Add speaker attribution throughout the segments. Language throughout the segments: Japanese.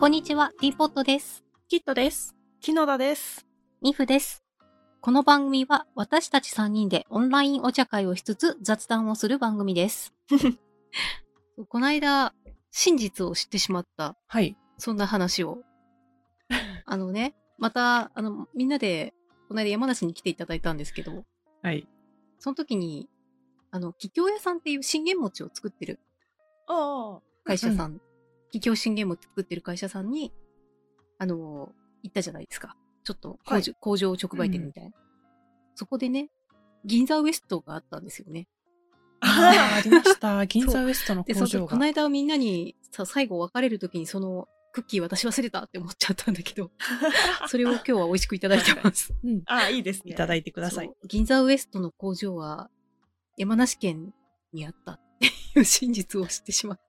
Speaker 1: こんにちは、ティーポットです。
Speaker 2: キットです。木野田です。
Speaker 1: ミフです。この番組は私たち3人でオンラインお茶会をしつつ雑談をする番組です。 この間、真実を知ってしまった、
Speaker 2: はい。
Speaker 1: そんな話 を。あのね、また、あの、みんなで、この間山梨に来ていただいたんですけど、
Speaker 2: はい。
Speaker 1: その時に、あの、桔梗屋さんっていう信玄餅を作ってる
Speaker 2: ああ。
Speaker 1: 会社さん、桔梗信玄餅作ってる会社さんに、あのー行ったじゃないですか。ちょっと工場,、
Speaker 2: はい
Speaker 1: 工場直売店みたいな、そこでね、銀座ウエストがあったんですよね。
Speaker 2: ああ、ありました。銀座ウエストの
Speaker 1: で、そ
Speaker 2: 工場
Speaker 1: のこ
Speaker 2: が
Speaker 1: の。間みんなにさ、最後別れる時にそのクッキー私忘れたって思っちゃったんだけど、 それを今日は美味しくいただいてます。
Speaker 2: うん。
Speaker 3: あ、いいですね。
Speaker 2: いただいてください
Speaker 1: そ。う銀座ウエストの工場は山梨県にあったっていう真実を知ってしまった。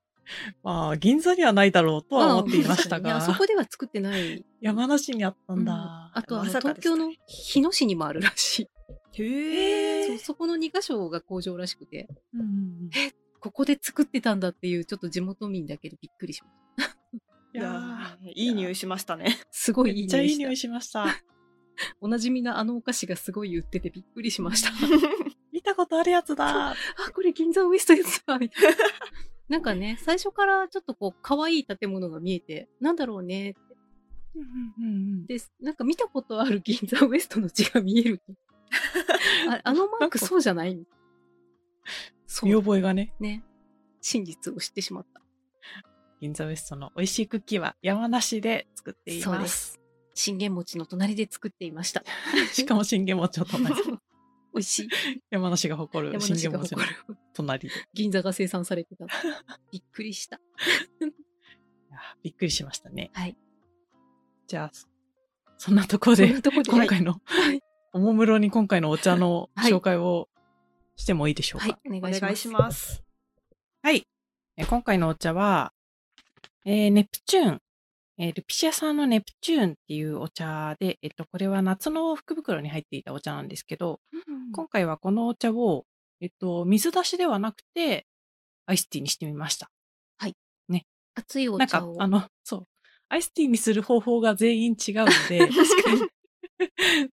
Speaker 2: まあ、銀座にはないだろうとは思っていまし た
Speaker 1: いや、そ
Speaker 2: が
Speaker 1: こ、では作ってない
Speaker 2: 山梨にあったんだ。
Speaker 1: あとあの
Speaker 3: まさか
Speaker 1: 東
Speaker 3: でし
Speaker 1: 京
Speaker 3: た
Speaker 1: の日野市にもあるらしい。
Speaker 3: へ
Speaker 1: そう
Speaker 3: え。
Speaker 1: そこの2カ所が工場らしくて、
Speaker 2: うんうんうん
Speaker 1: ここで作ってたんだっていう、ちょっと地元民だけどびっくりしまし
Speaker 2: い
Speaker 3: い
Speaker 2: や
Speaker 3: や
Speaker 2: ー
Speaker 3: ーいい匂いしましたね。
Speaker 1: た。すごい
Speaker 2: め
Speaker 1: い
Speaker 2: っ
Speaker 1: い
Speaker 2: ちゃ
Speaker 1: 匂
Speaker 2: い
Speaker 1: い
Speaker 2: い
Speaker 1: した
Speaker 2: 匂いしました。
Speaker 1: おなじみのあのお菓子がすごい売っててびっくりしました。
Speaker 2: 見たことあるやつだ。
Speaker 1: あ、これ銀座ウエストですわみたいな。なんかね、最初からちょっとこう、可愛い建物が見えて、なんだろうねっ
Speaker 2: うんうんうん
Speaker 1: て、なんか見たことある銀座ウエストの字が見える。ああのマークそうじゃないそ
Speaker 2: 見
Speaker 1: う。
Speaker 2: 覚えがね、
Speaker 1: ね。真実を知ってしまった。
Speaker 2: 銀座ウエストの美味しいクッキーは山梨で作ってい
Speaker 1: そう
Speaker 2: ま。
Speaker 1: ですす。信玄餅の隣で作っていま した。
Speaker 2: しかも信玄餅の隣。
Speaker 1: 美味しい。
Speaker 2: 山梨が誇る
Speaker 1: 山
Speaker 2: 信
Speaker 1: 梨
Speaker 2: 玄
Speaker 1: が
Speaker 2: 餅の
Speaker 1: 誇る。
Speaker 2: 隣で。
Speaker 1: 銀座が生産されてた。びっくりした。
Speaker 2: いやーびっくりしましたね。
Speaker 1: はい。
Speaker 2: じゃあ、そそんなところ
Speaker 1: そん
Speaker 2: で
Speaker 1: なとこで。
Speaker 2: 今回の
Speaker 1: はい、
Speaker 2: おもむろに今回のお茶の
Speaker 1: はい
Speaker 2: 紹介をしてもいいでしょうか。
Speaker 1: はい、お
Speaker 3: お
Speaker 1: 願いし
Speaker 3: 願
Speaker 1: ま
Speaker 3: い
Speaker 1: す。
Speaker 3: します。
Speaker 2: はい。えー今回のお茶は、えーネプチューン、えールピシアさんのネプチューンっていうお茶で、えっと、これは夏の福袋に入っていたお茶なんですけど、今回はこのお茶を、えっと、水出しではなくて、アイスティーにしてみました。
Speaker 1: 熱いお
Speaker 2: なんか
Speaker 1: 茶を、。
Speaker 2: あの、そう。アイスティーにする方法が全員違うの で、
Speaker 3: 確かに。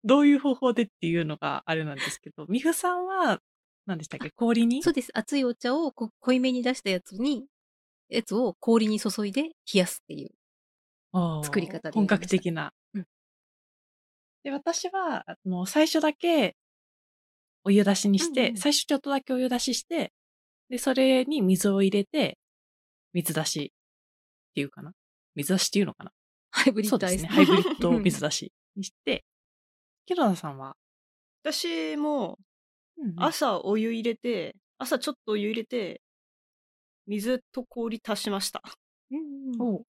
Speaker 2: どういう方法でっていうのがあれなんですけど、美フさんは、何でしたっけ氷に
Speaker 1: そうです。熱いお茶をこ濃いめに出したやつに、やつを氷に注いで冷やすっていう。
Speaker 2: あー
Speaker 1: 作り方でやりました
Speaker 2: 本格的な。
Speaker 1: うん
Speaker 2: で、私は、あの、最初だけ、お湯出しにして、
Speaker 1: うんうん
Speaker 2: 最初ちょっとだけお湯出しして、で、それに水を入れて、水出しっていうかな水出しっていうのかな
Speaker 1: ハイブリッ
Speaker 2: そう
Speaker 1: ド
Speaker 2: で
Speaker 1: アイ
Speaker 2: す
Speaker 1: ス。
Speaker 2: ね。ハイブリッド
Speaker 1: うん
Speaker 2: 水出しにして、ケロナさんは、
Speaker 3: 私も
Speaker 2: うんうん
Speaker 3: 朝お湯入れて、朝ちょっとお湯入れて、水と氷足しました。
Speaker 1: うんうん
Speaker 2: おう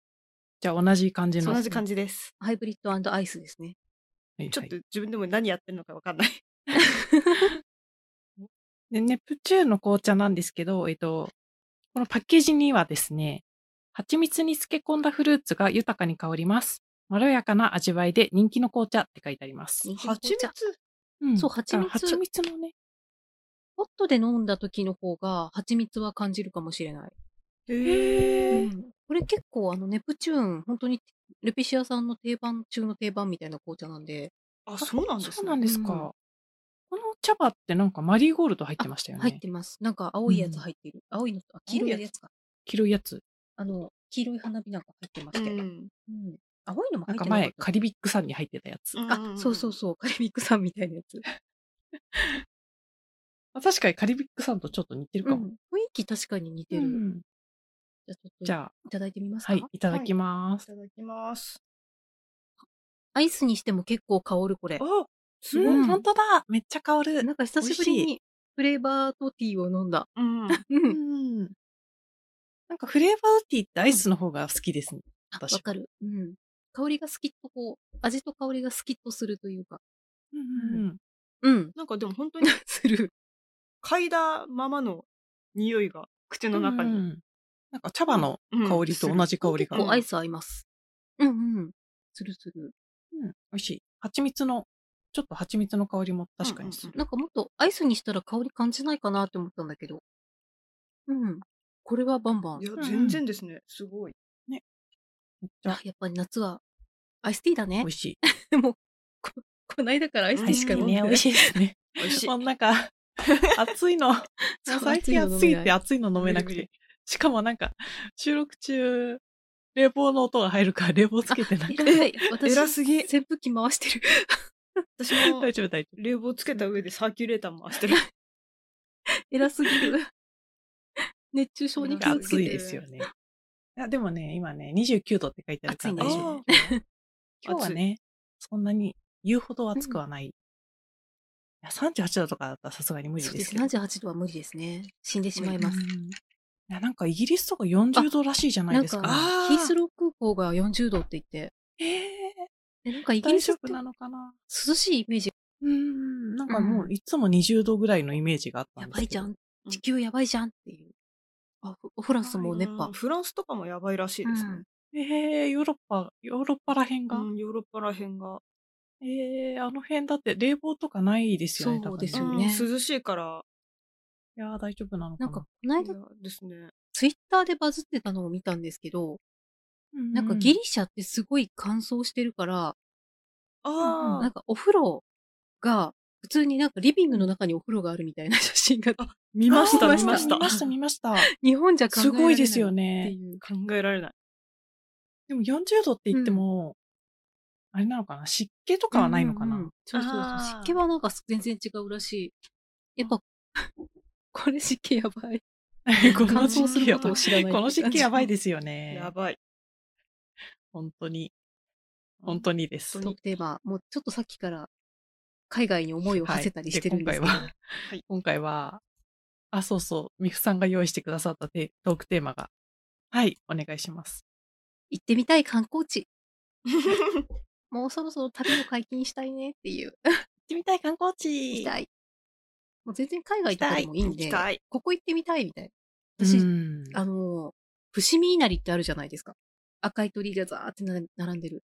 Speaker 2: じゃあ同じ感じの。
Speaker 3: 同じ感じです。
Speaker 1: ハイブリッドアイスですね。
Speaker 2: はいはい
Speaker 3: ちょっと自分でも何やってるのかわかんない。
Speaker 2: で、ネプチューンの紅茶なんですけど、えっと、このパッケージにはですね、蜂蜜に漬け込んだフルーツが豊かに香ります。まろやかな味わいで人気の紅茶って書いてあります。
Speaker 1: 人気の
Speaker 3: 蜂
Speaker 1: 紅茶
Speaker 3: 蜜
Speaker 2: うん
Speaker 1: そう蜂蜜
Speaker 2: だから蜂蜜のね、
Speaker 1: ホットで飲んだ時の方が蜂蜜は感じるかもしれない。
Speaker 3: へ
Speaker 1: う
Speaker 3: え。
Speaker 1: んこれ結構あのネプチューン、本当にルピシアさんの定番中の定番みたいな紅茶なんで、
Speaker 3: あ、そうなんです
Speaker 2: そうなんですか。
Speaker 1: うん
Speaker 2: この茶葉ってなんかマリーゴールド入ってましたよね。
Speaker 1: 入ってます。なんか青いや
Speaker 2: う
Speaker 1: つ
Speaker 2: ん
Speaker 1: 入ってる。青いのと、あ黄色いやつか。
Speaker 2: 黄色いやつ。
Speaker 1: あの、黄色い花火なんか入ってま
Speaker 3: う
Speaker 1: したよね。う
Speaker 3: ん。
Speaker 1: ん青いのも
Speaker 2: な
Speaker 1: 入っ
Speaker 2: んか
Speaker 1: てなか
Speaker 2: 前
Speaker 1: っ、
Speaker 2: カリビックさんに入ってたやつ。
Speaker 3: うん
Speaker 1: た。あ、そうそうそう、カリビックさんみたいなやつ。
Speaker 2: あ確かにカリビックさんとちょっと似てる
Speaker 1: う
Speaker 2: か
Speaker 1: ん
Speaker 2: も。
Speaker 1: 雰囲気確かに似て
Speaker 2: う
Speaker 1: る。
Speaker 2: ん
Speaker 1: じゃあちょっと、
Speaker 2: じゃあ、
Speaker 1: いただいてみますか。
Speaker 2: はい、いただきま
Speaker 3: い
Speaker 2: す。
Speaker 3: ただきます。
Speaker 1: アイスにしても結構香る、これ。
Speaker 3: あ、す
Speaker 2: う
Speaker 3: ごい。
Speaker 2: ん、本当だめっちゃ香る。
Speaker 1: なんか久しぶ
Speaker 2: 美
Speaker 1: り
Speaker 2: 味し
Speaker 1: にフレーバーとティーを飲ん だ。
Speaker 3: うん。
Speaker 1: う。
Speaker 2: うんん。なんかフレーバーティーってアイスの方が好きですね。
Speaker 1: あ
Speaker 2: 私
Speaker 1: わかる。うん。香りがスキッとこう、味と香りがスキッとするというか。
Speaker 2: うん
Speaker 3: うん
Speaker 2: うん。
Speaker 1: うん。
Speaker 3: なんかでも本当に
Speaker 1: する。
Speaker 3: 嗅いだままの匂いが口の中に。
Speaker 2: なんか茶葉の
Speaker 3: うん
Speaker 2: 香りと同じ香りが。
Speaker 1: 結構アイス合います。うんうん。するする。
Speaker 2: うん美味しい。蜂蜜の、ちょっと蜂蜜の香りも確かにする。
Speaker 1: なんかもっとアイスにしたら香り感じないかなって思ったんだけど。うん。これはバンバン
Speaker 3: い。や
Speaker 2: ん、
Speaker 3: 全然ですね。すごい。
Speaker 2: めっち
Speaker 1: あ
Speaker 2: ゃ、
Speaker 1: やっぱり夏はアイスティーだね
Speaker 2: 美味。しい。
Speaker 1: こ ないだからアイスティーしか飲んで
Speaker 2: ね、
Speaker 1: ない。
Speaker 2: 美味しいですね。
Speaker 3: 美味しい
Speaker 2: もうなんか、暑 いの、もう
Speaker 1: そう
Speaker 2: 最近暑
Speaker 1: 暑いの飲め
Speaker 2: い
Speaker 1: ない
Speaker 2: って暑いの飲めなく
Speaker 3: 無理無
Speaker 2: て。しかもなんか、収録中、冷房の音が入るから冷房つけてなんか、
Speaker 1: 偉い。私、
Speaker 3: 偉すぎ
Speaker 1: 扇風機回してる。
Speaker 3: 私 も
Speaker 2: 大丈夫大丈夫。
Speaker 3: 冷房つけた上でサーキュレーター回してる
Speaker 1: 偉すぎる。 熱中症に気
Speaker 2: な
Speaker 1: を
Speaker 2: んか
Speaker 1: つ
Speaker 2: 暑
Speaker 1: け
Speaker 2: い
Speaker 1: て。
Speaker 2: ですよね。いやでもね、今ね、29度って書いてあるから大
Speaker 1: 暑いね
Speaker 2: 丈夫。
Speaker 3: あー
Speaker 2: 今日はね、そんなに言うほど暑くはない。いや38度とかだったらさすがに無理
Speaker 1: そう
Speaker 2: で
Speaker 1: ですす。
Speaker 2: けど。
Speaker 1: 78度は無理ですね。死んでしまいます
Speaker 2: う。んいやなんかイギリスとか40度らしいじゃない
Speaker 1: なん
Speaker 2: です
Speaker 1: か
Speaker 2: か。、
Speaker 3: あー
Speaker 1: ヒースロー空港が40度って言って、
Speaker 2: えー
Speaker 1: でなんかイギ
Speaker 2: 大
Speaker 1: リス
Speaker 2: 丈
Speaker 1: って
Speaker 2: 夫なのかな
Speaker 1: 涼しいイメージ
Speaker 2: うん、なんかも
Speaker 1: う
Speaker 2: ういつも20度ぐらいのイメージがあった
Speaker 1: や
Speaker 2: んで
Speaker 1: ば
Speaker 2: す
Speaker 1: い
Speaker 2: け
Speaker 1: じ
Speaker 2: ど。
Speaker 1: ゃん。地球やばいじゃんっていう。あ、フフランスも熱波
Speaker 3: うん。フランスとかもやばいらしいですね、
Speaker 2: えー、ヨーロッパ、ヨーロッパらへんが。
Speaker 3: うんヨーロッパらへんが、
Speaker 2: えー、あの辺だって冷房とかないですよね、
Speaker 1: そう
Speaker 2: 多分
Speaker 1: です
Speaker 3: う
Speaker 1: よ
Speaker 2: ね
Speaker 3: ん、
Speaker 1: ね
Speaker 3: 涼しいから
Speaker 2: いやー、大丈夫なの
Speaker 1: な
Speaker 2: かな。
Speaker 1: んか、この
Speaker 3: い
Speaker 1: 間
Speaker 3: やですね
Speaker 1: ツイッターでバズってたのを見たんですけど、
Speaker 2: うん
Speaker 1: なんかギリシャってすごい乾燥してるから、
Speaker 3: あ
Speaker 1: なん
Speaker 3: あ
Speaker 1: かお風呂が、普通になんかリビングの中にお風呂があるみたいな写真が、
Speaker 3: 見ました
Speaker 2: あー
Speaker 3: 見ました
Speaker 2: 見ました、見ました。
Speaker 1: 日本じゃ考え
Speaker 2: す
Speaker 1: られない
Speaker 2: ごいですよ
Speaker 1: って
Speaker 2: ね。
Speaker 1: いう。
Speaker 3: 考えられない
Speaker 2: でも40度って言っても、あれなのかな湿気とかはないのかな、
Speaker 1: うんうんそうそうそう
Speaker 3: あー
Speaker 1: 湿気はなんか全然違うらしい。やっぱ、 これ湿気やばい。
Speaker 2: こ
Speaker 1: 乾
Speaker 2: の
Speaker 1: 燥
Speaker 2: 湿
Speaker 1: す
Speaker 2: 気
Speaker 1: る
Speaker 2: や
Speaker 1: こと
Speaker 2: ば
Speaker 1: を
Speaker 2: い。
Speaker 1: 知らない。
Speaker 2: この湿気やばい
Speaker 1: で
Speaker 2: ですよね
Speaker 3: や。ばい
Speaker 2: 本当に、本当にです。
Speaker 1: トークテーマ、もうちょっとさっきから海外に思いを馳せたりしてるんですけど、
Speaker 2: はいで今回は、今回は、あ、そうそう、ミフさんが用意してくださったテトークテーマが、はい、お願いします。
Speaker 1: 行ってみたい観光地。もうそろそろ旅を解禁したいねっていう。
Speaker 2: 行ってみたい観光
Speaker 1: 行
Speaker 2: 地
Speaker 1: きたい。もう全然海外とかでもいいん
Speaker 3: 行き
Speaker 1: で、
Speaker 3: たい
Speaker 1: ここ行ってみたいみたいな。
Speaker 2: 私、
Speaker 1: 私、
Speaker 2: うん
Speaker 1: あの、伏見稲荷ってあるじゃないですか。赤い鳥居がザーってな並んでる。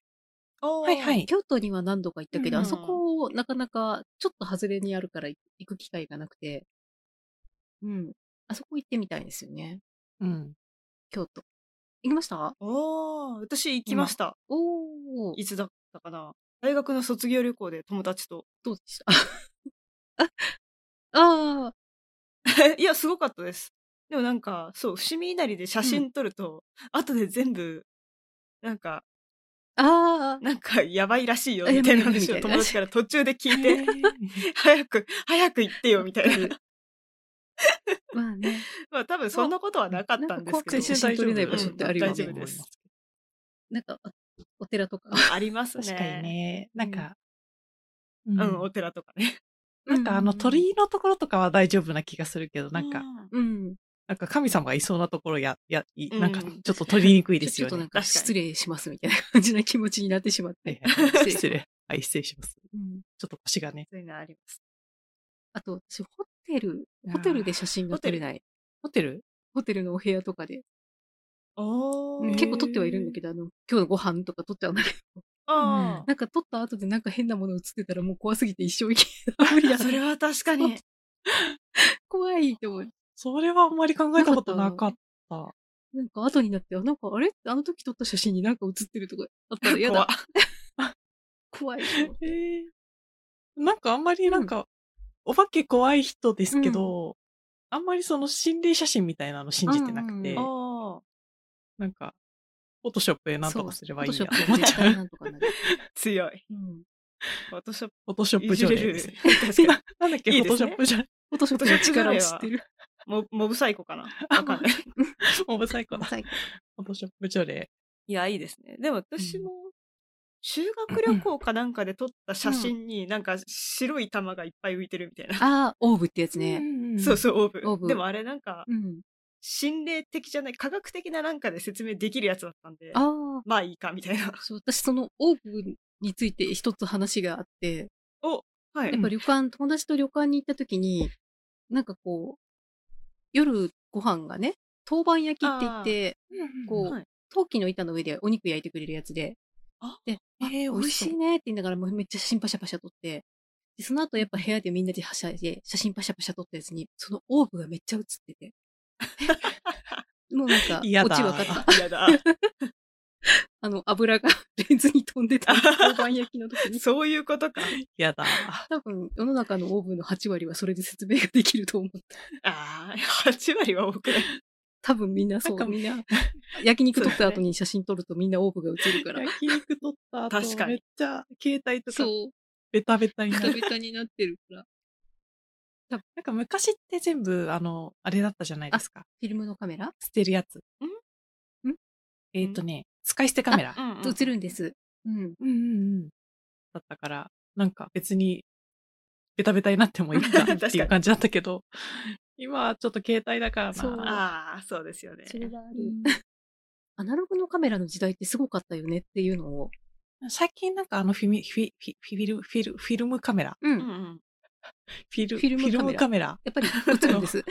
Speaker 2: はいはい
Speaker 1: 京都には何度か行ったけど、
Speaker 3: うん
Speaker 1: あそこをなかなかちょっと外れにあるから行く機会がなくて、うん。あそこ行ってみたいんですよね。
Speaker 2: うん。
Speaker 1: 京都。行きました
Speaker 3: おー私行きました
Speaker 1: おお。
Speaker 3: いつだったかな大学の卒業旅行で友達と
Speaker 1: どうでした ああ
Speaker 3: いやすごかったですでもなんかそう伏見稲荷で写真撮ると、後で全部なんか
Speaker 1: ー、ああ、
Speaker 3: なんかやばいらしいよ
Speaker 1: あ
Speaker 3: みたいな
Speaker 1: やばいよみ
Speaker 3: 話
Speaker 1: たい
Speaker 3: を
Speaker 1: な
Speaker 3: 友達から途中で聞い
Speaker 2: え
Speaker 3: て
Speaker 2: ー
Speaker 3: 早く早く行ってよみたいな
Speaker 1: まあね。
Speaker 3: まあ多分そんなことはなかったんです
Speaker 1: な
Speaker 3: けど
Speaker 1: んか怖くて写真撮れない場所ってあるよね
Speaker 3: うん大丈夫です。
Speaker 1: なんか、お寺とか。
Speaker 3: ありますね
Speaker 2: 確かにね、なんか、う
Speaker 3: うんんお寺とかね
Speaker 2: なんかあの鳥居のところとかは大丈夫な気がするけど、なんか、
Speaker 1: うん。
Speaker 2: なんか神様がいそうなところや、や、い
Speaker 3: うん
Speaker 2: なんかちょっと取りにくいです
Speaker 1: ちょ
Speaker 2: よ
Speaker 1: っとな
Speaker 2: ね
Speaker 1: ん。か
Speaker 3: 確かに
Speaker 1: 失礼しますみたいな感じな気持ちになってしまっ
Speaker 2: はい
Speaker 1: て。
Speaker 2: はい は い
Speaker 1: 失
Speaker 2: 失
Speaker 1: 礼
Speaker 2: 礼。はい、失礼します。
Speaker 1: うん
Speaker 2: ちょっと腰がね。
Speaker 3: そういうのあります
Speaker 1: あと、私、ホテル、ホテルで写真が撮れない。
Speaker 2: ホテル
Speaker 1: ホテルのお部屋とかで。
Speaker 3: お
Speaker 1: うん
Speaker 3: ー
Speaker 1: 結構撮ってはいるんだけど、あの、今日のご飯とか撮ってはないけ ど、
Speaker 3: あ
Speaker 1: なんか撮った後でなんか変なもの映ってたらもう怖すぎて一生いけない。無
Speaker 3: あ、
Speaker 1: 理だ。
Speaker 3: それは確かに
Speaker 1: 怖いって思う。
Speaker 2: それはあんまり考えたことなかった。
Speaker 1: なんか後になって、あなんかあれあの時撮った写真になんか写ってるとかあったら嫌
Speaker 3: 怖
Speaker 1: だ。怖い。
Speaker 2: えーなんかあんまりなんか、お化け怖い人ですけど、あんまりその心霊写真みたいなの信じてなくて、
Speaker 1: うんうん
Speaker 3: あ
Speaker 2: なんか、フォトショップでなんとかすればいいやと
Speaker 1: 思
Speaker 2: 思
Speaker 1: っ
Speaker 2: っ
Speaker 1: ち
Speaker 2: ち
Speaker 1: ゃ
Speaker 2: ゃ
Speaker 1: う。
Speaker 2: う。
Speaker 1: なんとか なる
Speaker 3: あ強い
Speaker 1: うん
Speaker 3: フォトショッ
Speaker 2: フォトショ
Speaker 3: プ
Speaker 2: ッ
Speaker 3: い
Speaker 2: プ
Speaker 3: じ
Speaker 2: 上
Speaker 3: れ
Speaker 2: で
Speaker 3: る
Speaker 2: ですね。
Speaker 3: 確かに
Speaker 2: ななんだっけ
Speaker 3: いい
Speaker 2: フォ
Speaker 3: で
Speaker 2: ト
Speaker 3: す
Speaker 2: シ
Speaker 3: ね
Speaker 2: ョップじゃ、
Speaker 1: フォトショップの力を知ってる。
Speaker 3: モモブサイコかなわかんない
Speaker 2: もう最高だ。フ
Speaker 1: 最高
Speaker 2: ォトショップ上で。
Speaker 3: いやいいですねでも私も修学旅行かなんかで撮った写真になんか白い玉がいっぱい浮いてるみたい
Speaker 1: あ
Speaker 3: な
Speaker 1: あ、オーブってやつね。
Speaker 3: そうそうオーブ
Speaker 1: オーブ
Speaker 3: でもあれなんか
Speaker 1: うん。
Speaker 3: 心霊的じゃない科学的ななんかで説明できるやつだったんで
Speaker 1: あ
Speaker 3: まあいいかみたいな
Speaker 1: あ、そう、私そのオーブについて一つ話があって、
Speaker 3: はい、
Speaker 1: やっぱ旅館、友達と旅館に行った時に、なんかこう、夜ご飯がね、豆板焼きって言って、
Speaker 2: うん。
Speaker 1: こ
Speaker 3: は
Speaker 1: う
Speaker 3: い、
Speaker 1: 陶器の板の上でお肉焼いてくれるやつで、
Speaker 2: えー、美
Speaker 1: 美味しい
Speaker 2: ね。
Speaker 1: ねって言いながらもうめっちゃ写真パシャパシャ撮って、でその後やっぱ部屋でみんなではしゃいで、写真パシャパシャ撮ったやつに、そのオーブがめっちゃ写ってて。もうなんか、
Speaker 2: 嫌だ
Speaker 1: オチ分かった。
Speaker 3: やだ
Speaker 1: あの、油が レンズに飛んでた、大判焼きの時に。
Speaker 3: そういうことか。
Speaker 2: や だ。
Speaker 1: 多分、世の中のオーブンの8割はそれで説明ができると思う。
Speaker 3: ああ、8割は多くない。
Speaker 1: 多分みんなそう。
Speaker 2: なんか
Speaker 1: みんな、焼肉撮っ
Speaker 3: そう
Speaker 1: た
Speaker 3: だ
Speaker 1: 後
Speaker 3: ね
Speaker 1: に写真撮るとみんなオーブが映るから。
Speaker 2: 焼肉取った後
Speaker 3: 確かに
Speaker 2: めっちゃ携帯とか
Speaker 1: そう。
Speaker 2: ベタベタに
Speaker 1: ベ
Speaker 2: な
Speaker 1: タ
Speaker 2: る。
Speaker 1: ベタになってるから。
Speaker 2: なんか昔って全部、あの、あれだったじゃないですか。
Speaker 1: フィルムのカメラ
Speaker 2: 捨てるやつ。
Speaker 1: んん
Speaker 2: えっ、とね、使い捨てカメラ。
Speaker 3: うん
Speaker 1: 映るんです。うん。
Speaker 2: うんうんうん。だったから、なんか別に、ベタベタになってもいいかっていう感じだったけど、今はちょっと携帯だからな。
Speaker 1: そう
Speaker 3: ああ、そうですよね。
Speaker 2: うん
Speaker 1: アナログのカメラの時代ってすごかったよねっていうのを。
Speaker 2: 最近なんかあのフィミフィフィフィルフィルフィルムカメラ。
Speaker 1: う。
Speaker 3: うんん
Speaker 2: フィル
Speaker 1: フィルムカメラ
Speaker 2: フ
Speaker 1: や
Speaker 2: ィルムカメラ。
Speaker 1: っぱり映るん です。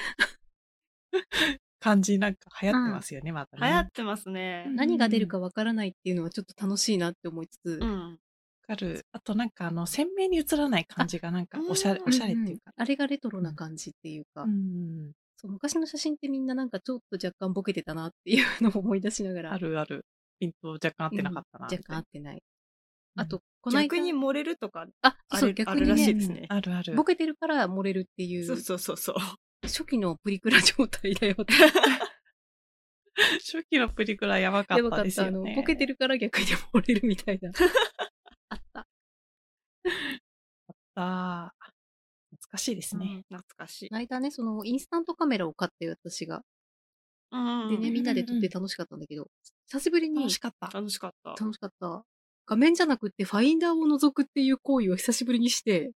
Speaker 2: 感じなんか流行ってますよね、また
Speaker 3: うん
Speaker 2: ね。
Speaker 3: 流行
Speaker 2: わ
Speaker 3: ってますね。
Speaker 1: 何が出るかわからないっていうのはちょっと楽しいなって思いつつ。
Speaker 3: うん。
Speaker 2: かる。あとなんかあの、鮮明に映らない感じがなんか
Speaker 3: あ
Speaker 2: おしゃれ、
Speaker 3: うん
Speaker 2: おしゃれっていうか。
Speaker 1: んあれがレトロな感じっていうか、
Speaker 2: うん。
Speaker 1: そう昔の写真ってみんななんかちょっと若干ボケてたなっていうのを思い出しながら
Speaker 2: あるある。ピント若干合ってなかったな。
Speaker 1: 若干合ってない。
Speaker 2: うん
Speaker 1: あと、この間
Speaker 3: 逆に漏れるとか、
Speaker 1: あ、
Speaker 3: あ
Speaker 1: そう、
Speaker 3: れ
Speaker 1: 逆
Speaker 3: ある
Speaker 1: に
Speaker 3: らし
Speaker 1: ね
Speaker 3: い、ですね
Speaker 2: うんあるある。
Speaker 1: ボケてるから漏れるっていう、
Speaker 3: そうそうそうそう。
Speaker 1: 初期のプリクラ状態だよ って。
Speaker 2: 初期のプリクラやばか
Speaker 1: やば
Speaker 2: った
Speaker 1: かっ
Speaker 2: です
Speaker 1: た。あ
Speaker 2: よ
Speaker 1: の、
Speaker 2: ね。
Speaker 1: ボケてるから逆に漏れるみ たいな。あった。
Speaker 2: あー懐かしいですね。
Speaker 3: 懐かしい
Speaker 1: こ。の間ね、その、インスタントカメラを買って私が。
Speaker 3: うん
Speaker 1: でね、みんなで撮っ
Speaker 2: うんうんう
Speaker 1: て
Speaker 2: ん
Speaker 1: 楽しかったんだけど、久しぶりに
Speaker 2: 楽しかった。
Speaker 3: 楽しかった。
Speaker 1: 楽しかった。画面じゃなくって、ファインダーを覗くっていう行為を久しぶりにして、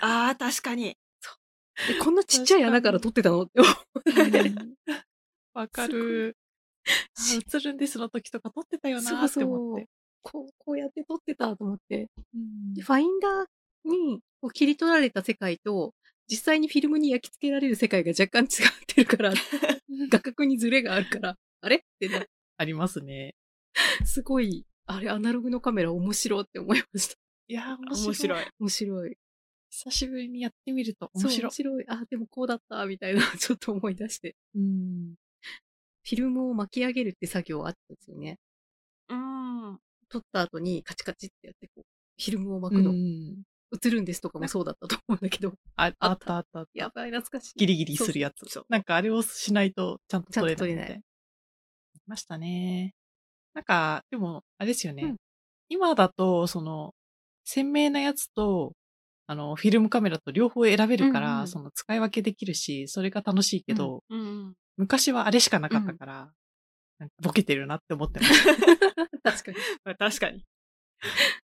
Speaker 3: ああ、確かに。
Speaker 1: えこんなちっちゃい穴から撮ってたのって思って。
Speaker 2: わかる。あ
Speaker 1: す
Speaker 2: ー映るんですの時とか撮ってたよな
Speaker 1: そ
Speaker 2: ー
Speaker 1: う
Speaker 2: って思っ
Speaker 1: そう
Speaker 2: て。。
Speaker 1: こう、こうやって撮ってたと思って。
Speaker 2: うん
Speaker 1: でファインダーにこう切り取られた世界と、実際にフィルムに焼き付けられる世界が若干違ってる から、画角にズレがあるから、あれってな、
Speaker 2: ありますね。
Speaker 1: すごい、あれ、アナログのカメラ面白いって思いました。
Speaker 2: いやー、面白い。
Speaker 3: 面白い。
Speaker 1: 面白い。
Speaker 2: 久しぶりにやってみると
Speaker 1: そう
Speaker 2: 面白い
Speaker 1: 面。白い。あ、でもこうだった、みたいな、 ちょっと思い出して。
Speaker 2: うん。
Speaker 1: フィルムを巻き上げるって作業あったんですよね。
Speaker 3: うん。
Speaker 1: 撮った後にカチカチってやって、こう、フィルムを巻
Speaker 2: う
Speaker 1: くの、
Speaker 2: ん。
Speaker 1: 映るんですとかもそうだったと思うんだけど、
Speaker 2: ああったあったあった
Speaker 1: や。ばい、懐かしい。
Speaker 2: ギリギリするやつ。
Speaker 3: そうそう
Speaker 2: なんかあれをしないとちゃんと取れないみた
Speaker 1: ちゃんと
Speaker 2: い。
Speaker 1: 取れない
Speaker 2: ありましたね。なんか、でも、あれですよね。
Speaker 1: うん
Speaker 2: 今だと、その、鮮明なやつと、あの、フィルムカメラと両方選べるから、
Speaker 1: うんうん
Speaker 2: その使い分けできるし、それが楽しいけど、
Speaker 3: うん。
Speaker 2: 昔はあれしかなかったから、なんかボケてるなって思ってました。
Speaker 1: 確かに。
Speaker 3: まあ確かに。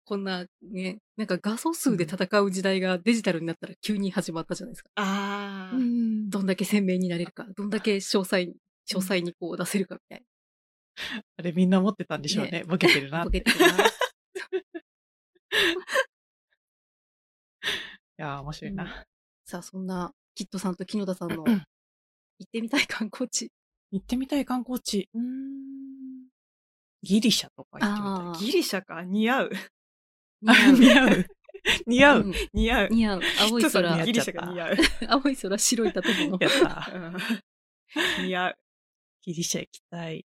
Speaker 1: こんなね、なんか画素数で戦う時代がデジタルになったら急に始まったじゃないですか。
Speaker 3: ああ、
Speaker 2: うん
Speaker 1: どんだけ鮮明になれるか、どんだけ詳細に、詳細にこう出せるかみたい
Speaker 2: あれみんな持ってたんでしょうね。
Speaker 1: ね
Speaker 2: ボケてるな
Speaker 1: な。
Speaker 2: っ
Speaker 1: ボ
Speaker 2: て。
Speaker 1: ケ
Speaker 2: い
Speaker 1: てるな。
Speaker 2: やー、面白いな。
Speaker 1: うんさあ、そんな、キッドさんと木野田さんの
Speaker 2: うん
Speaker 1: 行ってみたい観光地。
Speaker 2: 行ってみたい観光地。うーんギリシャとか行ってみたい。
Speaker 1: あー
Speaker 3: ギリシャか。似合う。
Speaker 1: 似
Speaker 2: あ似合う。似合
Speaker 1: 合う。う
Speaker 2: う。
Speaker 1: ん
Speaker 3: 似合う。
Speaker 1: 似合う。青い
Speaker 3: ちょっと
Speaker 1: 空
Speaker 3: ギ、リシャが似合う。
Speaker 1: 青い空、白い建物。
Speaker 2: やった。
Speaker 3: うん似合う。
Speaker 2: ギリシャ行きたい。
Speaker 3: い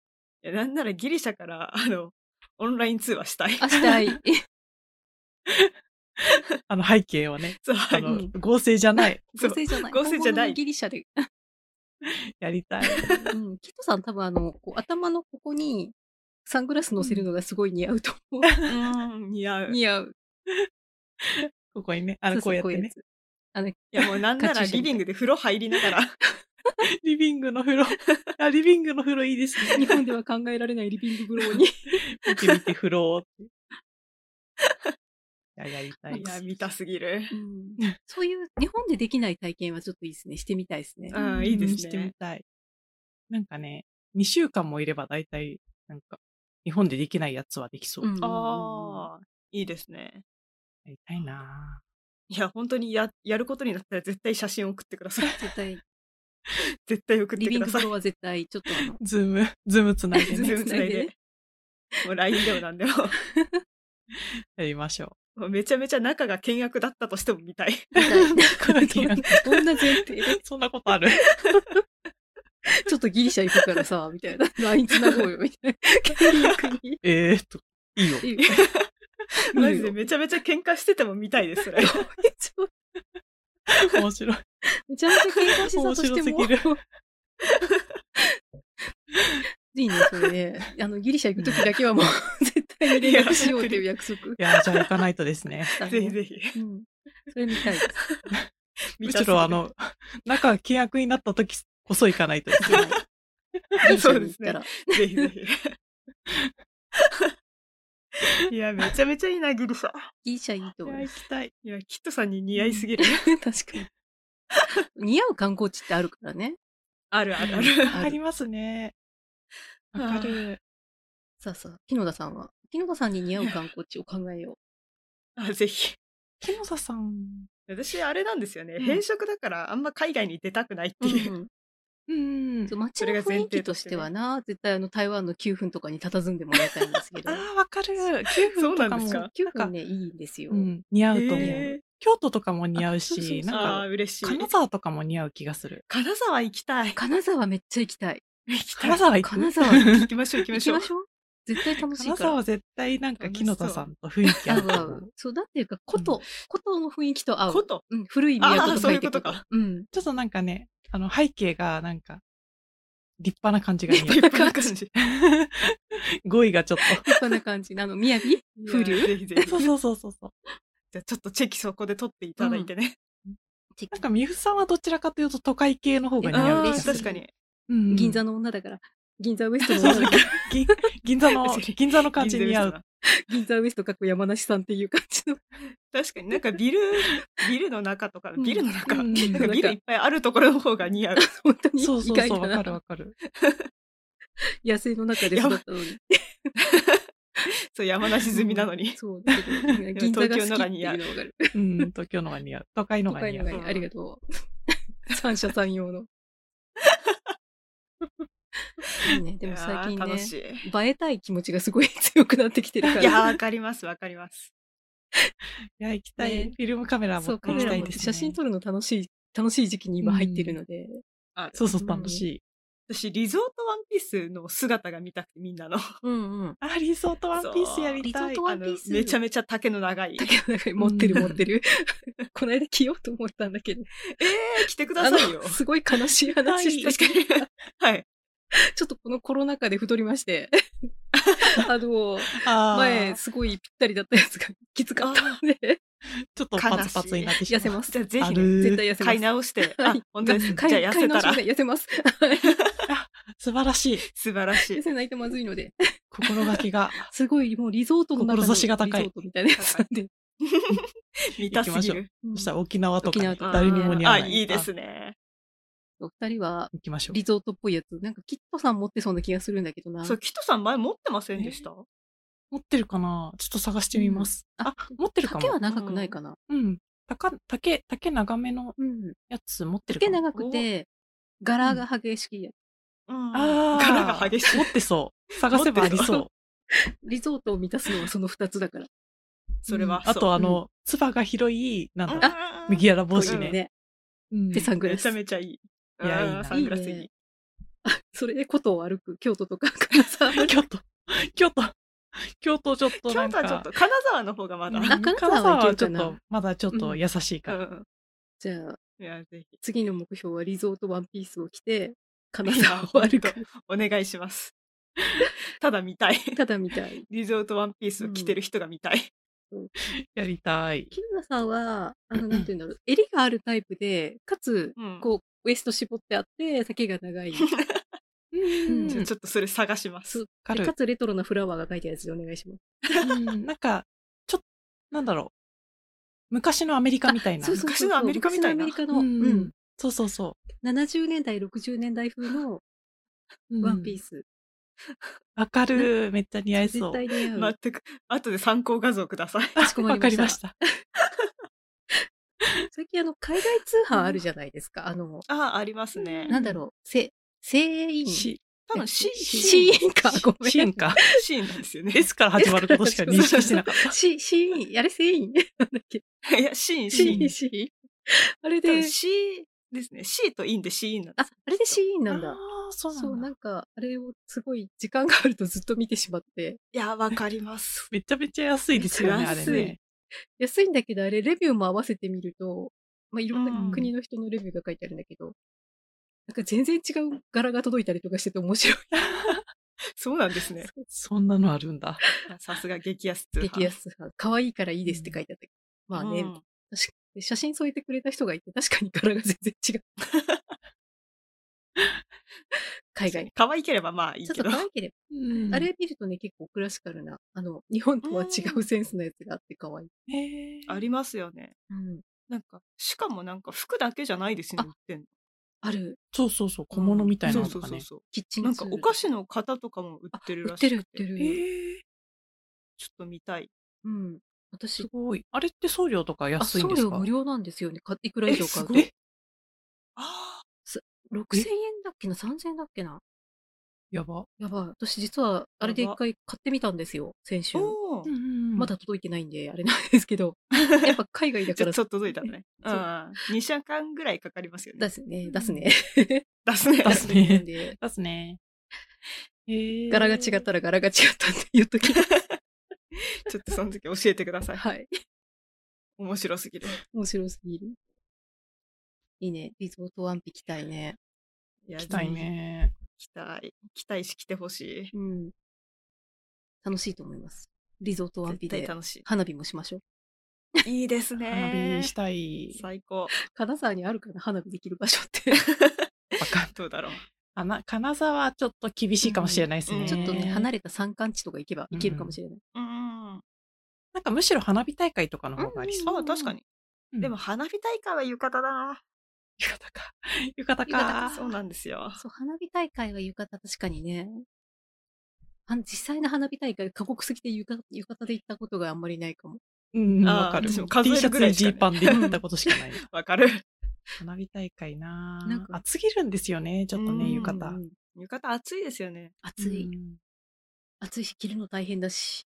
Speaker 3: やなんならギリシャから、あの、オンライン通話したい。
Speaker 1: あ、したい。
Speaker 2: あの背景を ね、
Speaker 3: そう、
Speaker 2: あ
Speaker 1: う
Speaker 2: の
Speaker 1: ん、
Speaker 2: 合成じゃない。
Speaker 3: そう
Speaker 1: 合成じゃない。
Speaker 3: 合成じゃな
Speaker 1: 本物
Speaker 3: い
Speaker 1: のギリシャで。
Speaker 2: やりた
Speaker 1: う
Speaker 2: い。
Speaker 1: ん。キッドさん多分あの、こう頭のここにサングラス乗せるのがすごい似合うと思
Speaker 3: うん、似合う
Speaker 1: う。。似合う。
Speaker 2: ここにね、あ
Speaker 1: そ
Speaker 2: の、
Speaker 1: うそ
Speaker 2: こうやって
Speaker 1: う
Speaker 2: ね
Speaker 1: や、つあの、
Speaker 3: いやもうなんな
Speaker 1: カチュ
Speaker 3: ら
Speaker 1: ーシャみたい
Speaker 3: リビングで風呂入り ながら、
Speaker 2: リビングの風呂。あ、リビングの風呂いいです
Speaker 1: 日
Speaker 2: ね。
Speaker 1: 本では考えられないリビング風呂に。
Speaker 2: 見て見て風呂を。いや、やりたい
Speaker 3: い。や、見たすぎる。
Speaker 1: うんそういう日本でできない体験はちょっといいですね。してみたいですね。
Speaker 3: うんいいですね
Speaker 2: してみたい。なんかね、2週間もいれば大体、なんか、日本でできないやつはできそう。
Speaker 1: うん
Speaker 3: ああ、いいですね。
Speaker 2: やりたいなぁ
Speaker 3: いや、本当にや、やることになったら絶対写真送ってく ださい。
Speaker 1: 絶対、
Speaker 3: 絶対送っ
Speaker 1: リ
Speaker 3: て
Speaker 1: ビン
Speaker 3: く
Speaker 1: グ
Speaker 3: ださ
Speaker 1: 風
Speaker 3: い。
Speaker 1: 呂は絶対、ちょっとあの、
Speaker 2: ズーム、ズームつないで
Speaker 1: ズ
Speaker 2: ね
Speaker 1: ー
Speaker 3: 全
Speaker 1: ムつ
Speaker 3: 部つ
Speaker 1: な
Speaker 3: ないい
Speaker 1: で
Speaker 3: で。もう LINE でもなんでも。
Speaker 2: やりましょ
Speaker 3: もうめちゃめちゃ仲が険悪だったとしても見たい。
Speaker 1: みたいな
Speaker 2: う。
Speaker 1: どんな前提で。
Speaker 2: そんなことある
Speaker 1: ちょっとギリシャ行くからさ、みたい な。LINE 繋ごうよ、みたいな。ケリー君に。
Speaker 2: えーっと、いいよ。
Speaker 1: いいよ
Speaker 3: マジでめちゃめちゃ喧嘩してても見たいで す、それ。
Speaker 2: 面白い。
Speaker 1: めちゃめちゃ喧嘩してたとしても
Speaker 2: 面白。
Speaker 1: いいね、それね。あの、ギリシャ行くときだけはもう、絶対に連絡しようという約 束
Speaker 2: い。や、じゃあ行かないとですね。
Speaker 1: だね
Speaker 3: ぜひぜひ。
Speaker 1: うん。それ見たいです。
Speaker 2: む
Speaker 3: 見た
Speaker 2: し
Speaker 3: そうで
Speaker 2: ろ、あの、仲が契約になった時こそ行かないとですね。
Speaker 1: ギ リシャに行ったら。
Speaker 3: ぜひぜひ。いや、めちゃめちゃいいな、ギリシャ。
Speaker 1: ギリシャいいと
Speaker 2: い
Speaker 1: 思
Speaker 2: や
Speaker 1: いま
Speaker 2: 行
Speaker 1: す。
Speaker 2: きたい。
Speaker 3: いや、キットさんに似合いすぎる。
Speaker 1: 確かに。似合う観光地ってあるからね。
Speaker 3: あるあるあ
Speaker 1: う
Speaker 3: る。
Speaker 1: ん
Speaker 2: ありますね。わかる。
Speaker 1: さあさあ、木野田さんは。木野田さんに似合う観光地を考えよ
Speaker 3: あ、ぜひ。
Speaker 2: 木野田さん。
Speaker 3: 私、あれなんですよね。
Speaker 1: うん
Speaker 3: 変色だから、あんま海外に出たくないって
Speaker 1: う。
Speaker 3: いう。
Speaker 2: うん
Speaker 1: そう街の雰囲気としてはな、絶対あの台湾の9分とかに佇んでもらいたいんですけど
Speaker 2: あ、あ、わかる。9
Speaker 3: そ
Speaker 2: 分
Speaker 3: う
Speaker 2: と
Speaker 3: な
Speaker 2: か
Speaker 3: ん
Speaker 2: も
Speaker 3: ですか
Speaker 1: 9
Speaker 2: な
Speaker 1: 分
Speaker 2: んか
Speaker 1: ね、いいんですよ。
Speaker 2: うん、似合うと思う。
Speaker 3: へー
Speaker 2: 京都とかも似合うし、
Speaker 1: あそうそうそう
Speaker 2: なん
Speaker 3: ああ
Speaker 2: か、
Speaker 3: ー、嬉しい。
Speaker 2: 金沢とかも似合う気がする。
Speaker 3: 金沢行きたい。
Speaker 1: 金沢めっちゃ行きたい。
Speaker 3: 行きた
Speaker 2: 金
Speaker 3: い。
Speaker 2: 沢行く
Speaker 1: 金沢
Speaker 3: 行きましょう、行きま
Speaker 1: 行
Speaker 3: し
Speaker 1: き
Speaker 3: ょう
Speaker 1: ま。しょう。絶対楽しい
Speaker 2: 金
Speaker 1: から
Speaker 2: 沢。絶対なんか木野田さんと雰囲気あ
Speaker 1: 合
Speaker 2: る
Speaker 1: う合う。そう、だっていうか、古都、古都の雰囲気と合
Speaker 3: こ
Speaker 1: う。
Speaker 3: と。
Speaker 1: うん、古い都
Speaker 3: あ
Speaker 1: と
Speaker 3: ー
Speaker 1: 書
Speaker 3: そうい
Speaker 1: いうて
Speaker 3: こと
Speaker 1: 古都
Speaker 3: か。
Speaker 1: うん。
Speaker 2: ちょっとなんかね、あの背景がなんか、立派な感じが
Speaker 3: 立
Speaker 2: 似合う。
Speaker 3: 派な感じ。
Speaker 2: 語彙がちょっと。
Speaker 1: 立派な感じなの。雅風
Speaker 3: いや
Speaker 1: 流
Speaker 3: ぜひぜひ。
Speaker 2: そうそうそうそうそう。
Speaker 3: じゃあちょっとチェキそこで取っていただいてね。
Speaker 2: なんか、美フさんはどちらかというと都会系の方が似合う気
Speaker 1: あ
Speaker 2: が
Speaker 1: ー
Speaker 2: する。
Speaker 3: 確かに。
Speaker 2: うん
Speaker 1: 銀座の女だから。銀座ウエストの女だから。
Speaker 2: 銀銀座の、銀座の感じに似合う。
Speaker 1: 銀座ウエストかっこ山梨さんっていう感じの。
Speaker 3: 確かになんかビル、ビルの中とか、
Speaker 1: うん
Speaker 3: ビルの中、
Speaker 2: うん
Speaker 3: なんかビルいっぱいあるところの方が似合う。
Speaker 1: 本当 に
Speaker 2: そうそ
Speaker 1: 意
Speaker 2: う
Speaker 1: 外
Speaker 2: そう、
Speaker 1: だ
Speaker 2: わかる
Speaker 1: な。
Speaker 2: わかる。
Speaker 1: 野生の中で育ったのに。
Speaker 3: そう、山梨済みなのに。
Speaker 1: そう、だけど、銀座が好きっていうのわかる。
Speaker 2: うん、東京のが似合う。都会の
Speaker 1: 都
Speaker 2: が
Speaker 1: 会
Speaker 2: 似
Speaker 1: の
Speaker 2: 合う。
Speaker 1: がいいありがとう。三者三様の。いいね、でも最
Speaker 3: い
Speaker 1: 近
Speaker 3: やー
Speaker 1: ね
Speaker 3: 楽、しい。
Speaker 1: 映えたい気持ちがすごい強くなってきてるか
Speaker 3: いや
Speaker 1: ら。
Speaker 3: ー、わかります、わかります。
Speaker 2: いや、行きたい。
Speaker 1: ね
Speaker 2: フィルムカメラも
Speaker 1: そう、カ
Speaker 2: 行
Speaker 3: 持
Speaker 1: メ
Speaker 2: き
Speaker 1: ラ
Speaker 2: たい
Speaker 1: も
Speaker 2: ですね。
Speaker 1: 写真撮るの楽しい、楽しい時期に今入ってるので。
Speaker 3: あ
Speaker 2: そうそう、
Speaker 1: うん
Speaker 2: 楽しい。
Speaker 3: 私、リゾートワンピースの姿が見たくて、みんなの。
Speaker 1: うんうん。
Speaker 2: あ、リゾートワンピースやりた
Speaker 1: そう
Speaker 2: い
Speaker 1: リゾート。ワンピース
Speaker 3: あのめちゃめちゃ丈の長い。
Speaker 1: だけど、 なんか持ってる
Speaker 2: うん
Speaker 1: 持ってる。この間着ようと思ったんだけど。
Speaker 3: えー、来てくださいよ
Speaker 1: あの。すごい悲しい話して
Speaker 3: 確かに。はい。
Speaker 1: ちょっとこのコロナ禍で太りま して。あの、
Speaker 2: あー
Speaker 1: 前、すごいぴったりだったやつがきつかったので、
Speaker 2: ちょっとパツパツになってしま
Speaker 1: 痩
Speaker 2: う。
Speaker 1: せます。
Speaker 3: じゃあ、ぜ
Speaker 2: あ
Speaker 3: ひ、ね、
Speaker 2: る
Speaker 1: 絶対痩せます。
Speaker 3: 買い直して。
Speaker 1: は
Speaker 3: あ
Speaker 1: い、
Speaker 3: 本当です。じ
Speaker 1: 買い
Speaker 3: ゃあ、痩
Speaker 1: 買
Speaker 3: せた
Speaker 1: い直しま
Speaker 3: ら
Speaker 1: せん痩せます。はい
Speaker 2: 素晴らしい。
Speaker 3: 素晴らし
Speaker 1: 痩
Speaker 3: い。
Speaker 1: せないとまずいので。
Speaker 2: 心がけが。
Speaker 1: すごい、もうリゾートの中の
Speaker 2: 志が高い
Speaker 1: リゾートみたいなやつなんで。
Speaker 3: 見たすぎる。
Speaker 1: うん
Speaker 2: そしたら沖縄とかね
Speaker 1: 沖縄とか
Speaker 2: 誰にも似合わ
Speaker 3: あ、
Speaker 2: ない。
Speaker 3: いいですね。
Speaker 1: お二人は
Speaker 2: あ。行きましょう。
Speaker 1: リゾートっぽいやつ、なんかキットさん持ってそうな気がするんだけどな。
Speaker 3: そう、キトさん前持ってませんでした
Speaker 2: 持ってるかなちょっと探してみます。
Speaker 1: うん
Speaker 2: あ、持ってるか
Speaker 1: 丈は
Speaker 2: も。
Speaker 1: 長くないかな。
Speaker 2: うん。竹、竹、竹長めの
Speaker 1: うん。
Speaker 2: やつ持ってる
Speaker 1: 丈
Speaker 2: かな。
Speaker 1: 長くて、柄が激しいやつ。
Speaker 3: うん
Speaker 2: ああ。
Speaker 3: 柄が激しい
Speaker 2: 持。ってそう。探せばあり
Speaker 3: 持って
Speaker 2: そう。
Speaker 1: リゾートを満たすのはその二つだから。
Speaker 3: それは。
Speaker 2: あと、あ
Speaker 1: う
Speaker 2: の、つばが広い、な
Speaker 3: そ
Speaker 2: ん
Speaker 3: う、
Speaker 2: だ、
Speaker 3: あ
Speaker 2: 麦わら帽
Speaker 1: そ
Speaker 2: 子
Speaker 1: う
Speaker 2: ね。
Speaker 1: ね。
Speaker 2: うん
Speaker 1: で、サング
Speaker 3: め
Speaker 1: ラ
Speaker 3: ちゃ
Speaker 1: ス。
Speaker 3: めちゃいい。
Speaker 2: いやいいな
Speaker 3: あーサングラス
Speaker 1: いいね
Speaker 3: に。
Speaker 1: それで古都を歩く、京都とか金 沢歩く。
Speaker 2: 京都、京都、京都ちょっとな
Speaker 3: 京
Speaker 2: ん
Speaker 3: 都
Speaker 2: か。
Speaker 3: はちょっと、金沢の方がまだ。
Speaker 1: あ金沢
Speaker 2: は
Speaker 1: は行
Speaker 2: ち
Speaker 1: け
Speaker 2: ょ
Speaker 1: る
Speaker 2: っ
Speaker 1: かな
Speaker 2: と、まだちょっと優しいか
Speaker 3: う
Speaker 2: ら。
Speaker 3: ん。
Speaker 1: じゃあ、
Speaker 3: いや、ぜひ。
Speaker 1: 次の目標はリゾートワンピースを着て、金沢を歩く。
Speaker 3: お願いします。 ただ見たい。
Speaker 1: ただみたい。
Speaker 3: リゾートワンピースを着てる人が見たい。
Speaker 2: やりたい。
Speaker 1: キムラさんは、あの、なんていうんだろう、襟があるタイプで、かつ、
Speaker 3: うん
Speaker 1: こう、ウエスト絞ってあって、丈が長 い。
Speaker 2: うんん。
Speaker 3: じゃあちょっとそれ探しま
Speaker 1: そ
Speaker 3: す
Speaker 1: う。
Speaker 2: か
Speaker 1: で
Speaker 2: る
Speaker 1: か。つレトロなフラワーが書いてあるやつでお願いします。
Speaker 2: うんなんか、ちょっと、なんだろう。昔のアメリカみたいな。
Speaker 1: そうそうそう
Speaker 3: 昔のアメリカみたいな
Speaker 1: 昔の
Speaker 2: う
Speaker 1: アメリカの、うん
Speaker 2: ん。そうそうそ
Speaker 1: 70年代、60年代風の
Speaker 2: う。
Speaker 1: ワンピー
Speaker 2: ス。
Speaker 1: ス。
Speaker 2: わかる。めっちゃ似合いそ
Speaker 1: 絶
Speaker 2: う。
Speaker 1: 対似合う。
Speaker 3: 全く、後で参考画像ください。
Speaker 1: かしこま
Speaker 2: わ
Speaker 1: りま
Speaker 2: か
Speaker 1: し
Speaker 2: り
Speaker 1: た
Speaker 2: ました。
Speaker 1: 最近あの、海外通販あるじゃないですか。あの、
Speaker 3: ああ、ありますね。
Speaker 1: なんだろう、せ、声員。
Speaker 2: し、
Speaker 3: 多分、シーン、
Speaker 1: シーンか、ごめん。
Speaker 2: シーン か。
Speaker 3: シーンなんですよね。
Speaker 2: S から始まることしか認識してなかっ
Speaker 1: シ、シ ーン、あれ、声員なんだっけ
Speaker 3: いや、シーン、シ
Speaker 1: シ
Speaker 3: ーン。
Speaker 1: ーン、シーン。あれ
Speaker 3: 多
Speaker 1: で
Speaker 3: 分、シーン、ですね。C とインで C インなんで
Speaker 1: あ
Speaker 3: す。、
Speaker 1: あれでシーンなん
Speaker 2: あ
Speaker 1: だ。
Speaker 2: ーそうなんだ
Speaker 1: そう、なんか、あれをすごい時間があるとずっと見てしまって。
Speaker 3: いや、わかります。
Speaker 2: めちゃめちゃ安いですよね、あれ
Speaker 1: 安い
Speaker 2: ね。
Speaker 1: 安いんだけど、あれ、レビューも合わせてみると、まあ、いろん
Speaker 3: うん
Speaker 1: な国の人のレビューが書いてあるんだけど、なんか全然違う柄が届いたりとかしてて面白い。
Speaker 3: そうなんですね。
Speaker 2: そんなのあるんだ。
Speaker 3: さすが激安通販。
Speaker 1: 激安派。可愛いからいいですって書いてあったけど。まあね、
Speaker 3: うん
Speaker 1: 確かで写真添えてくれた人がいて、確かに柄が全然 違う。海外。
Speaker 3: 可愛ければまあいい
Speaker 1: ちょっと
Speaker 3: けど。
Speaker 1: 可愛ければ。
Speaker 2: うん
Speaker 1: あれ見るとね、結構クラシカルな、あの、日本とは違うセンスのやつがあって可愛い。
Speaker 2: へー
Speaker 3: ありますよね。
Speaker 1: うん。
Speaker 3: なんか、しかもなんか服だけじゃないですよね、売ってんの。
Speaker 1: ある、
Speaker 2: そうそうそう、小物みたいな
Speaker 3: そう
Speaker 2: の
Speaker 3: そ
Speaker 2: と
Speaker 3: う
Speaker 2: か
Speaker 3: そう
Speaker 2: ね。
Speaker 3: そう。
Speaker 1: キッチン
Speaker 3: なん
Speaker 1: ツ
Speaker 3: か
Speaker 1: ール
Speaker 3: お菓子の型とかも売ってる
Speaker 1: 売
Speaker 3: ら
Speaker 1: っ
Speaker 3: しい。
Speaker 1: てる売ってる。
Speaker 2: へえ、
Speaker 3: ちょっと見たい。
Speaker 1: うん。私
Speaker 2: す、ごい。あれって送料とか
Speaker 1: あ
Speaker 2: 安いん
Speaker 1: 送
Speaker 2: です
Speaker 1: 料
Speaker 2: か
Speaker 1: 無料なんですよね。かいくら以上買うと。
Speaker 2: えすごい
Speaker 1: 6000
Speaker 3: あ
Speaker 1: 円だっけな ?3000 円だっけな
Speaker 2: やば。
Speaker 1: やばい。私実は、あれで
Speaker 3: やば
Speaker 1: 一回買ってみたんですよ。先週
Speaker 3: あ。。おー
Speaker 1: ま
Speaker 2: ま
Speaker 1: だ届いてないんで、あれなんですけ ど。やっぱ海外だ
Speaker 3: ち
Speaker 1: か
Speaker 3: ょ
Speaker 1: ら
Speaker 3: っと届いたね。う。
Speaker 1: そうん
Speaker 3: 2週間ぐらいかかりますよね
Speaker 1: 出。すね、出すね。
Speaker 3: 出すね。
Speaker 2: 出すね
Speaker 1: なん で、
Speaker 2: 出すね。へえ
Speaker 1: 柄が違ったら柄が違ったって言っとき。
Speaker 3: ちょっとその時教えてくださ い。
Speaker 1: はい。
Speaker 3: 面白すぎる。
Speaker 1: 面白すぎる。いいね。リゾートワンピ着たいね。
Speaker 3: いや
Speaker 2: 行きたい。ね。
Speaker 3: 来たい。来たいし来てほしい。
Speaker 1: うん。楽しいと思います。リゾートワンピ
Speaker 3: 絶対
Speaker 1: で
Speaker 3: 楽し
Speaker 1: 花火もしましょう。
Speaker 3: い。いいです
Speaker 2: 花
Speaker 3: ね
Speaker 2: 火し。たい。
Speaker 3: 最高。
Speaker 1: 金沢にあるかな花火できる場所って。
Speaker 2: わかんない
Speaker 3: どうだろう。
Speaker 2: あな金沢はちょっと厳しいかもしれないです
Speaker 3: うん
Speaker 2: ね。
Speaker 1: ちょっとね、離
Speaker 2: れ
Speaker 1: れた山間地とか行けば行けるかもしれない。
Speaker 3: うん。あ
Speaker 2: なんかむしろ花火大会とかの方がありそう。
Speaker 3: あ、確かに。
Speaker 2: うん
Speaker 3: でも、花火大会は浴衣だな。
Speaker 2: 浴衣か。浴衣
Speaker 1: 浴衣
Speaker 2: か。
Speaker 3: そうなんですよ。
Speaker 1: そう、花火大会は浴衣確かにね。あの実際の花火大会、過酷すぎて浴衣浴衣で行ったことがあんまりないかも。
Speaker 2: うん、
Speaker 3: あー
Speaker 2: わかる。
Speaker 3: 私も数
Speaker 2: T
Speaker 3: え
Speaker 2: シ
Speaker 3: る
Speaker 2: ャ
Speaker 3: ぐ
Speaker 2: ツ
Speaker 3: らい
Speaker 2: に
Speaker 3: し
Speaker 2: ジ
Speaker 3: かね
Speaker 2: ーパンで行ったことしかない。
Speaker 3: わかる。
Speaker 2: 花火大会な
Speaker 1: なんか
Speaker 2: 暑ぎるんですよね、ちょっと
Speaker 3: う
Speaker 2: ね、
Speaker 3: ん
Speaker 2: 浴衣。
Speaker 1: うんうん
Speaker 3: 浴衣暑いですよね。
Speaker 1: 暑い。
Speaker 2: うん
Speaker 1: 暑いし、着るの大変だし。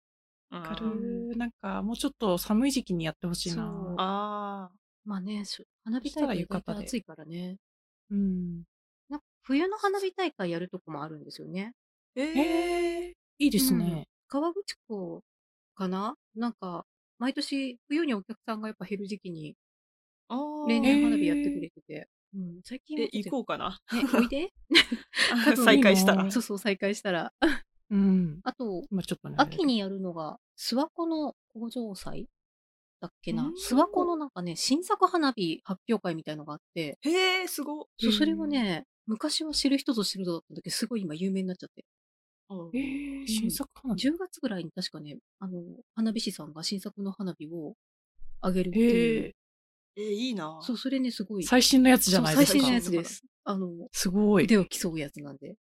Speaker 3: わ
Speaker 2: わか
Speaker 1: うん
Speaker 2: る。なんか、もうちょっと寒い時期にやってほしいな。
Speaker 1: そう
Speaker 3: あ
Speaker 1: まあね、しょ花火
Speaker 2: そした
Speaker 1: 大
Speaker 2: ら
Speaker 1: 会
Speaker 2: 浴
Speaker 1: 大
Speaker 2: 衣
Speaker 1: 体
Speaker 2: で
Speaker 1: 暑いからね。
Speaker 2: うん。
Speaker 1: なんか冬の花火大会やるとこもあるんですよね。
Speaker 3: ー。
Speaker 2: え
Speaker 3: え
Speaker 2: ー
Speaker 3: ー。
Speaker 2: いいですね。
Speaker 1: 川口湖かななんか、毎年冬にお客さんがやっぱ減る時期に、
Speaker 3: あー
Speaker 1: 例
Speaker 2: え
Speaker 1: 年
Speaker 2: ー
Speaker 1: 花火やってくれてて。うん、最近
Speaker 3: え、行こ
Speaker 1: う。
Speaker 3: うかな。
Speaker 1: ね、おい で
Speaker 3: あ 再開した
Speaker 2: う
Speaker 3: ら
Speaker 2: ん。
Speaker 1: そうそう、再開したら。
Speaker 2: うん。
Speaker 1: あと、
Speaker 2: まあちょっとね。
Speaker 1: 秋にやるのが、諏訪湖の工場祭だっけな
Speaker 3: うん
Speaker 1: 諏訪湖のなんかね、新作花火発表会みたいのがあって、
Speaker 3: へえ、すごっ。
Speaker 1: そう
Speaker 2: へー
Speaker 1: それはね、昔は知る人ぞ知る人だったんだけど、すごい今有名になっちゃって。
Speaker 2: えー、新作花火。
Speaker 1: 10月ぐらいに確かね、あの、花火師さんが新作の花火をあげるっていう。
Speaker 2: え
Speaker 3: え、いいな。
Speaker 1: そう、それね、すごい。
Speaker 2: ー、最新のやつじゃないです
Speaker 1: そう最
Speaker 2: か。
Speaker 1: 新のやつです。あの、
Speaker 2: すごい。
Speaker 1: 腕を競うやつなんで。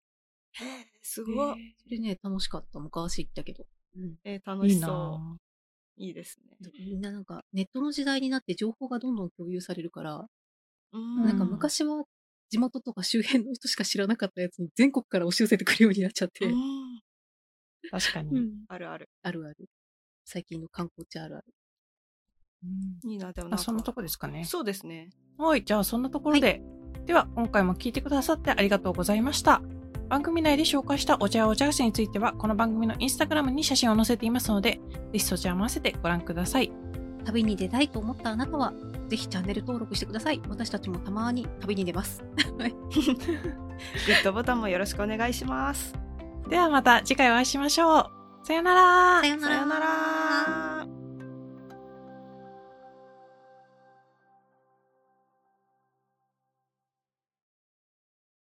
Speaker 3: へえ、す
Speaker 2: え
Speaker 3: ごっ。
Speaker 1: それね、楽しかった。昔行ったけど。うん。
Speaker 3: えー、
Speaker 2: ー
Speaker 3: 楽
Speaker 2: い
Speaker 3: し
Speaker 2: いな
Speaker 3: そ
Speaker 2: ぁ
Speaker 3: う。いいですね。
Speaker 1: みんななんか、ネットの時代になって情報がどんどん共有されるから、
Speaker 3: うん
Speaker 1: なんか
Speaker 2: む
Speaker 1: 昔は地元とか周辺の人しか知らなかったやつに全国から押し寄せてくるようになっちゃって。
Speaker 3: うん
Speaker 2: 確かに。
Speaker 1: う
Speaker 2: うん
Speaker 1: ん
Speaker 3: あるある。
Speaker 1: あるある。最近の観光地あるある。
Speaker 3: いいな、でもな
Speaker 2: あ
Speaker 3: んか。
Speaker 2: そんなとこですかね。
Speaker 3: そうですね。
Speaker 2: はい、じゃあそんなところで、では今回も聞いてくださってありがとうございました。番組内で紹介したお茶やお茶菓子については、この番組のインスタグラムに写真を載せていますので、ぜひそちらも合わせてご覧ください。
Speaker 1: 旅に出たいと思ったあなたは、ぜひチャンネル登録してください。私たちもたまに旅に出ます。
Speaker 3: グッドボタンもよろしくお願いします。
Speaker 2: ではまた次回お会いしましょう。さよなら
Speaker 1: さよう
Speaker 3: さよなら。